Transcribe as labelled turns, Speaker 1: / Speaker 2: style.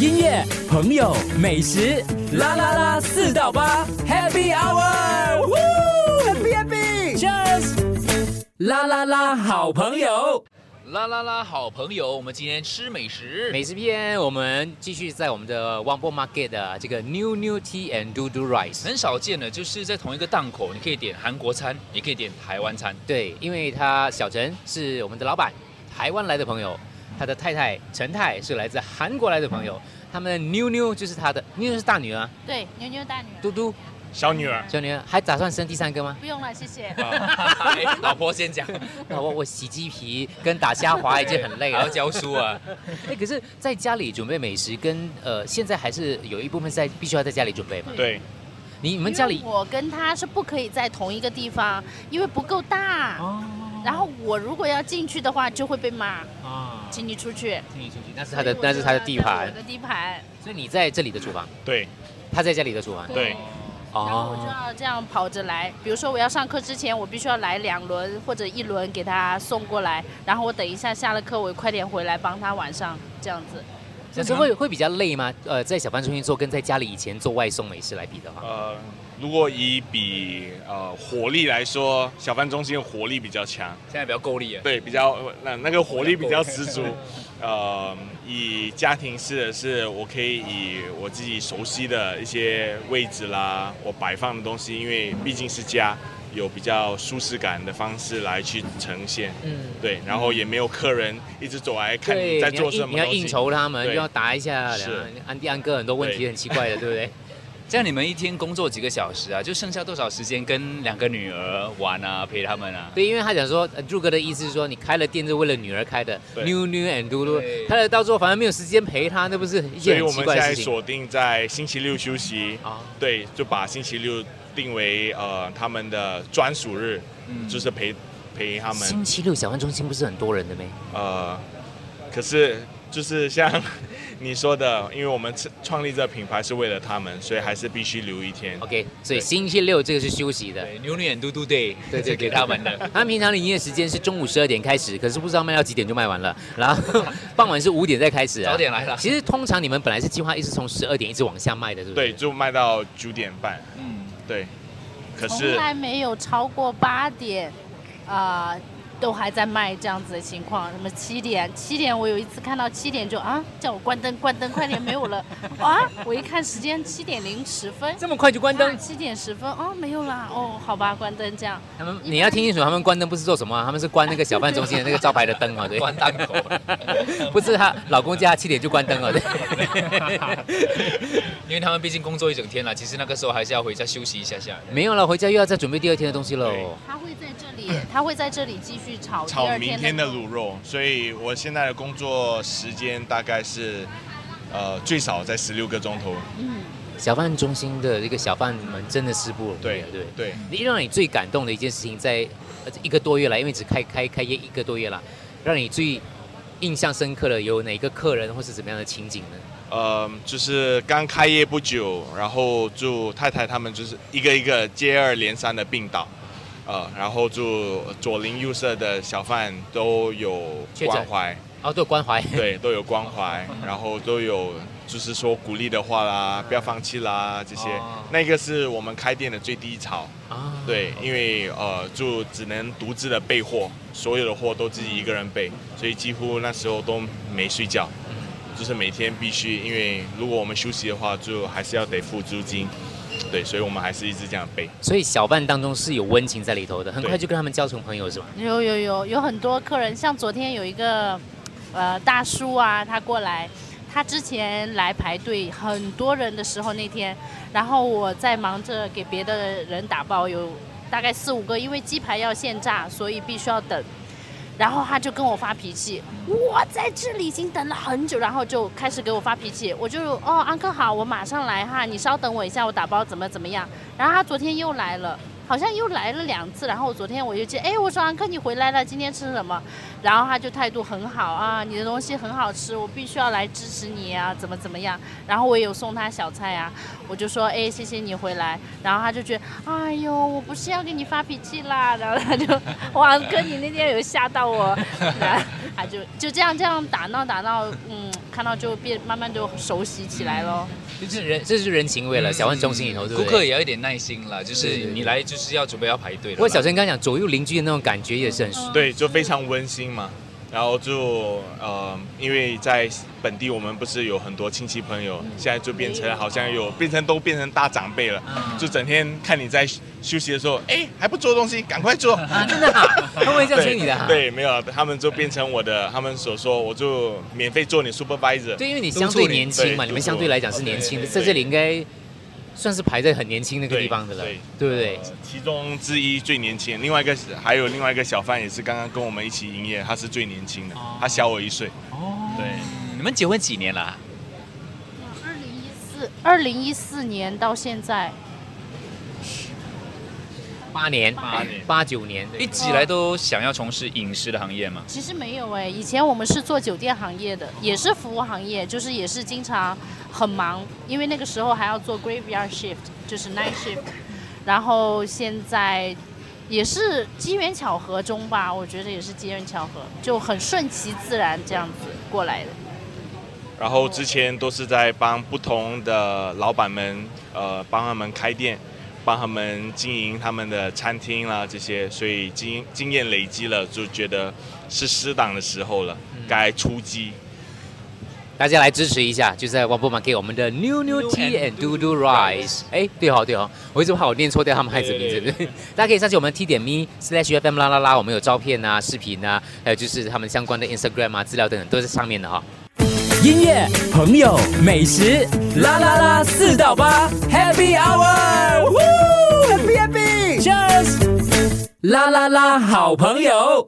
Speaker 1: 音乐、朋友、美食，啦啦啦，四到八，Happy Hour，Happy Happy，Cheers，啦啦啦，好朋友。
Speaker 2: 啦啦啦，好朋友，我们今天吃美食。
Speaker 3: 美食篇，我们继续在我们的 w a m b o Market 的这个 New New Tea and Do Do Rice。
Speaker 2: 很少见的，就是在同一个档口，你可以点韩国餐，也可以点台湾餐。
Speaker 3: 对，因为他小陈是我们的老板，台湾来的朋友，他的太太陈太是来自韩国来的朋友，他们妞妞就是他的妞妞是大女儿，
Speaker 4: 对，妞妞大女儿，
Speaker 3: 嘟嘟
Speaker 5: 小女儿，
Speaker 3: 小女儿还打算生第三个吗？
Speaker 4: 不用了，谢谢。
Speaker 2: 哎老婆先讲，
Speaker 3: 那我我洗鸡皮跟打虾滑已经很累
Speaker 2: 还要
Speaker 3: 了。
Speaker 2: 教书啊。
Speaker 3: 哎，可是在家里准备美食跟呃，现在还是有一部分是在必须要在家里准备嘛。
Speaker 5: 对，
Speaker 3: 你你
Speaker 4: 我
Speaker 3: 们家里
Speaker 4: 我跟他是不可以在同一个地方，因为不够大。
Speaker 3: 哦
Speaker 4: 然后我如果要进去的话，就会被骂，
Speaker 3: 啊，
Speaker 4: 请你出去。
Speaker 3: 请你出去，那是他的那是他的地盘
Speaker 4: 我，的地盘。
Speaker 3: 所以你在这里的厨房。
Speaker 5: 对，
Speaker 3: 他在家里的厨房。
Speaker 5: 对
Speaker 3: 哦
Speaker 4: 然后我就要这样跑着来，比如说我要上课之前，我必须要来两轮或者一轮给他送过来，然后我等一下下了课，我快点回来帮他晚上这样子。
Speaker 3: 可是会会比较累吗？呃，在小贩中心做跟在家里以前做外送美食来比的话，
Speaker 5: 呃，如果以比呃火力来说，小贩中心的火力比较强，
Speaker 2: 现在比较够力了。
Speaker 5: 对，比较那那个火力比较十足。呃，以家庭式的是，我可以以我自己熟悉的一些位置啦，我摆放的东西，因为毕竟是家，有比较舒适感的方式来去呈现。
Speaker 3: 嗯，
Speaker 5: 对，然后也没有客人一直走来看
Speaker 3: 对，
Speaker 5: 你在做什
Speaker 3: 你
Speaker 5: 么
Speaker 3: 要
Speaker 5: 东
Speaker 3: 应你要
Speaker 5: 西。
Speaker 3: 应酬他们，又
Speaker 5: 对
Speaker 3: 要答一下，
Speaker 5: 是
Speaker 3: 然后安迪安哥很多问题
Speaker 5: 对
Speaker 3: 很奇怪的，对不对？
Speaker 2: 这样你们一天工作几个小时啊？就剩下多少时间跟两个女儿玩啊，陪他们啊？
Speaker 3: 对，因为他讲说，呃柱哥的意思是说，你开了店是为了女儿开的
Speaker 5: 对
Speaker 3: ，new new and do do，
Speaker 2: 对
Speaker 3: 开了到最后反而没有时间陪她，那不是一
Speaker 5: 所
Speaker 3: 件
Speaker 5: 以
Speaker 3: 很
Speaker 5: 我
Speaker 3: 奇
Speaker 5: 们
Speaker 3: 怪
Speaker 5: 现
Speaker 3: 的
Speaker 5: 在
Speaker 3: 事情
Speaker 5: 锁定在星期六休息，
Speaker 3: 啊？
Speaker 5: 对，就把星期六定为呃他们的专属日，就是陪陪他
Speaker 3: 星
Speaker 5: 们。
Speaker 3: 期六小贩中心不是很多人的咩？
Speaker 5: 呃，可是就是像你说的，因为我们创创立这个品牌是为了他们，所以还是必须留一天。
Speaker 3: OK，所以星期六这个是休息的。
Speaker 2: 对，牛女眼嘟嘟 day，
Speaker 3: 对对对
Speaker 2: 给他们的。
Speaker 3: 他们平常的营业时间是中午十二点开始，可是不知道卖到几点就卖完 了，然后傍晚是五点再开始、啊。
Speaker 2: 早点来 啦
Speaker 3: 其实通常你们本来是计划一直从十二点一直往下卖的，是不是？
Speaker 5: 对，。就卖到九点半。
Speaker 2: 嗯，
Speaker 5: 对，可
Speaker 4: 从
Speaker 5: 是
Speaker 4: 来没有超过八点，啊、都还在卖这样子的情况。什么七点，七点我有一次看到七点就啊，叫我关灯，关灯，快点没有 了啊！我一看时间七点零十分，
Speaker 3: 这么快就关灯？
Speaker 4: 七点十分哦，没有啦，哦，好吧，关灯这样。
Speaker 3: 他们你要听清楚，他们关灯不是做什么啊、他们是关那个小贩中心的那个招牌的灯啊，对。
Speaker 2: 关档口。
Speaker 3: 不是她老公家七点就关灯啊了，对。
Speaker 2: 因为他们毕竟工作一整天了，其实那个时候还是要回家休息一下下。
Speaker 3: 没有了，回家又要再准备第二天的东西喽。
Speaker 4: 他会在这里，他会在这里继续炒第
Speaker 5: 炒
Speaker 4: 二
Speaker 5: 明
Speaker 4: 天
Speaker 5: 天的
Speaker 4: 卤
Speaker 5: 卤肉，所以我现在的工作时间大概是呃最少在十六个钟头。
Speaker 3: 小贩中心的这个小贩们真的是不容易啊，
Speaker 5: 对
Speaker 3: 对。
Speaker 5: 对。
Speaker 3: 你让你最感动的一件事情在，呃一个多月来，因为只开开开业一个多月了，让你最印象深刻的有哪个客人或是怎么样的情景呢？
Speaker 5: 呃，就是刚开业不久，然后就太太他们就是一个一个接二连三的病倒，呃，然后就左邻右舍的小贩都有
Speaker 3: 确诊
Speaker 5: 关怀，
Speaker 3: 哦，对，关怀，
Speaker 5: 对， 都有关怀，然后都有就是说鼓励的话啦，不要放弃啦这些
Speaker 2: 哦，
Speaker 5: 那个是我们开店的最低潮，
Speaker 3: 啊，
Speaker 5: 对，因为呃就只能独自的备货，所有的货都自己一个人备，所以几乎那时候都没睡觉，就是每天必须，因为如果我们休息的话，就还是要得付租金，对，所以我们还是一直这样备。
Speaker 3: 所以小贩当中是有温情在里头的，很快就跟他们交成朋友是吗？
Speaker 4: 有有有有很多客人，像昨天有一个呃大叔啊，他过来，他之前来排队很多人的时候那天，然后我在忙着给别的人打包，有大概四五个，因为鸡排要现炸，所以必须要等。然后他就跟我发脾气，我在这里已经等了很久，然后就开始给我发脾气。我就哦，安哥好，我马上来哈，你稍等我一下，我打包怎么怎么样。然后他昨天又来了，好像又来了两次。然后我昨天我就接，哎，我说安哥你回来了，今天吃什么？然后他就态度很好啊，你的东西很好吃，我必须要来支持你啊，怎么怎么样。然后我也有送他小菜啊，我就说哎，谢谢你回来。然后他就觉得，哎呦，我不是要跟你发脾气啦。然后他就，哇，安哥你那天有吓到我，然后他就就这样这样打闹打闹，嗯，看到就变慢慢就熟悉起来咯。
Speaker 3: 就是人，这就是人情味了。小万中心里头，对不
Speaker 2: 嗯顾
Speaker 3: 对
Speaker 2: 客也要一点耐心了，就
Speaker 3: 对对
Speaker 2: 是
Speaker 3: 对
Speaker 2: 你来就是要准备要排队了啦。
Speaker 3: 不过小陈刚讲左右邻居的那种感觉也是很舒
Speaker 5: 对，就非常温馨嘛。然后就呃，因为在本地我们不是有很多亲戚朋友，现在就变成好像有变成都变成大长辈了，就整天看你在休息的时候，哎，还不做东西，赶快做。
Speaker 3: 啊，真的、啊，他们会这样
Speaker 5: 对
Speaker 3: 催你的、啊。
Speaker 5: 对，没有，他们就变成我的，他们所说，我就免费做你 supervisor。
Speaker 3: 对，因为你相对年轻嘛，
Speaker 5: 对
Speaker 3: 你们相对来讲是年轻的，在这里应该在这里应该算是排在很年轻那个地方的了，
Speaker 5: 对
Speaker 3: 对不对？
Speaker 5: 其中之一最年轻，另外一个是还有另外一个小贩也是刚刚跟我们一起营业，他是最年轻的，
Speaker 3: 哦
Speaker 5: 他小我一岁。
Speaker 2: 你们结婚几年了？啊
Speaker 4: 二零一四，二零一四年到现在，
Speaker 3: 八年，
Speaker 4: 八
Speaker 2: 年
Speaker 3: 八九年，
Speaker 2: 一直以来都想要从事饮食的行业嘛？
Speaker 4: 其实没有哎、以前我们是做酒店行业的，也是服务行业，就是也是经常很忙，因为那个时候还要做 graveyard shift，就是 night shift，然后现在也是机缘巧合中吧，我觉得也是机缘巧合，就很顺其自然这样子过来的。
Speaker 5: 然后之前都是在帮不同的老板们，呃，帮他们开店，帮他们经营他们的餐厅啦这些，所以经经验累积了，就觉得是适当的时候了，
Speaker 3: 嗯
Speaker 5: 该出击。
Speaker 3: 大家来支持一下，就是在 w a b Market 我们的 New New Tea and Do Do Rice。哎，对哦对哦，我一直怕我念错掉他们孩子 名字。大家可以上去我们 T 点 Me slash FM 啦啦啦，我们有照片啊、视频啊，还有就是他们相关的 Instagram 啊、资料等等都在上面的哈、
Speaker 1: 音乐、朋友、美食，啦啦啦，四到八，Happy Hour，Happy Happy，Cheers，啦啦啦，好朋友。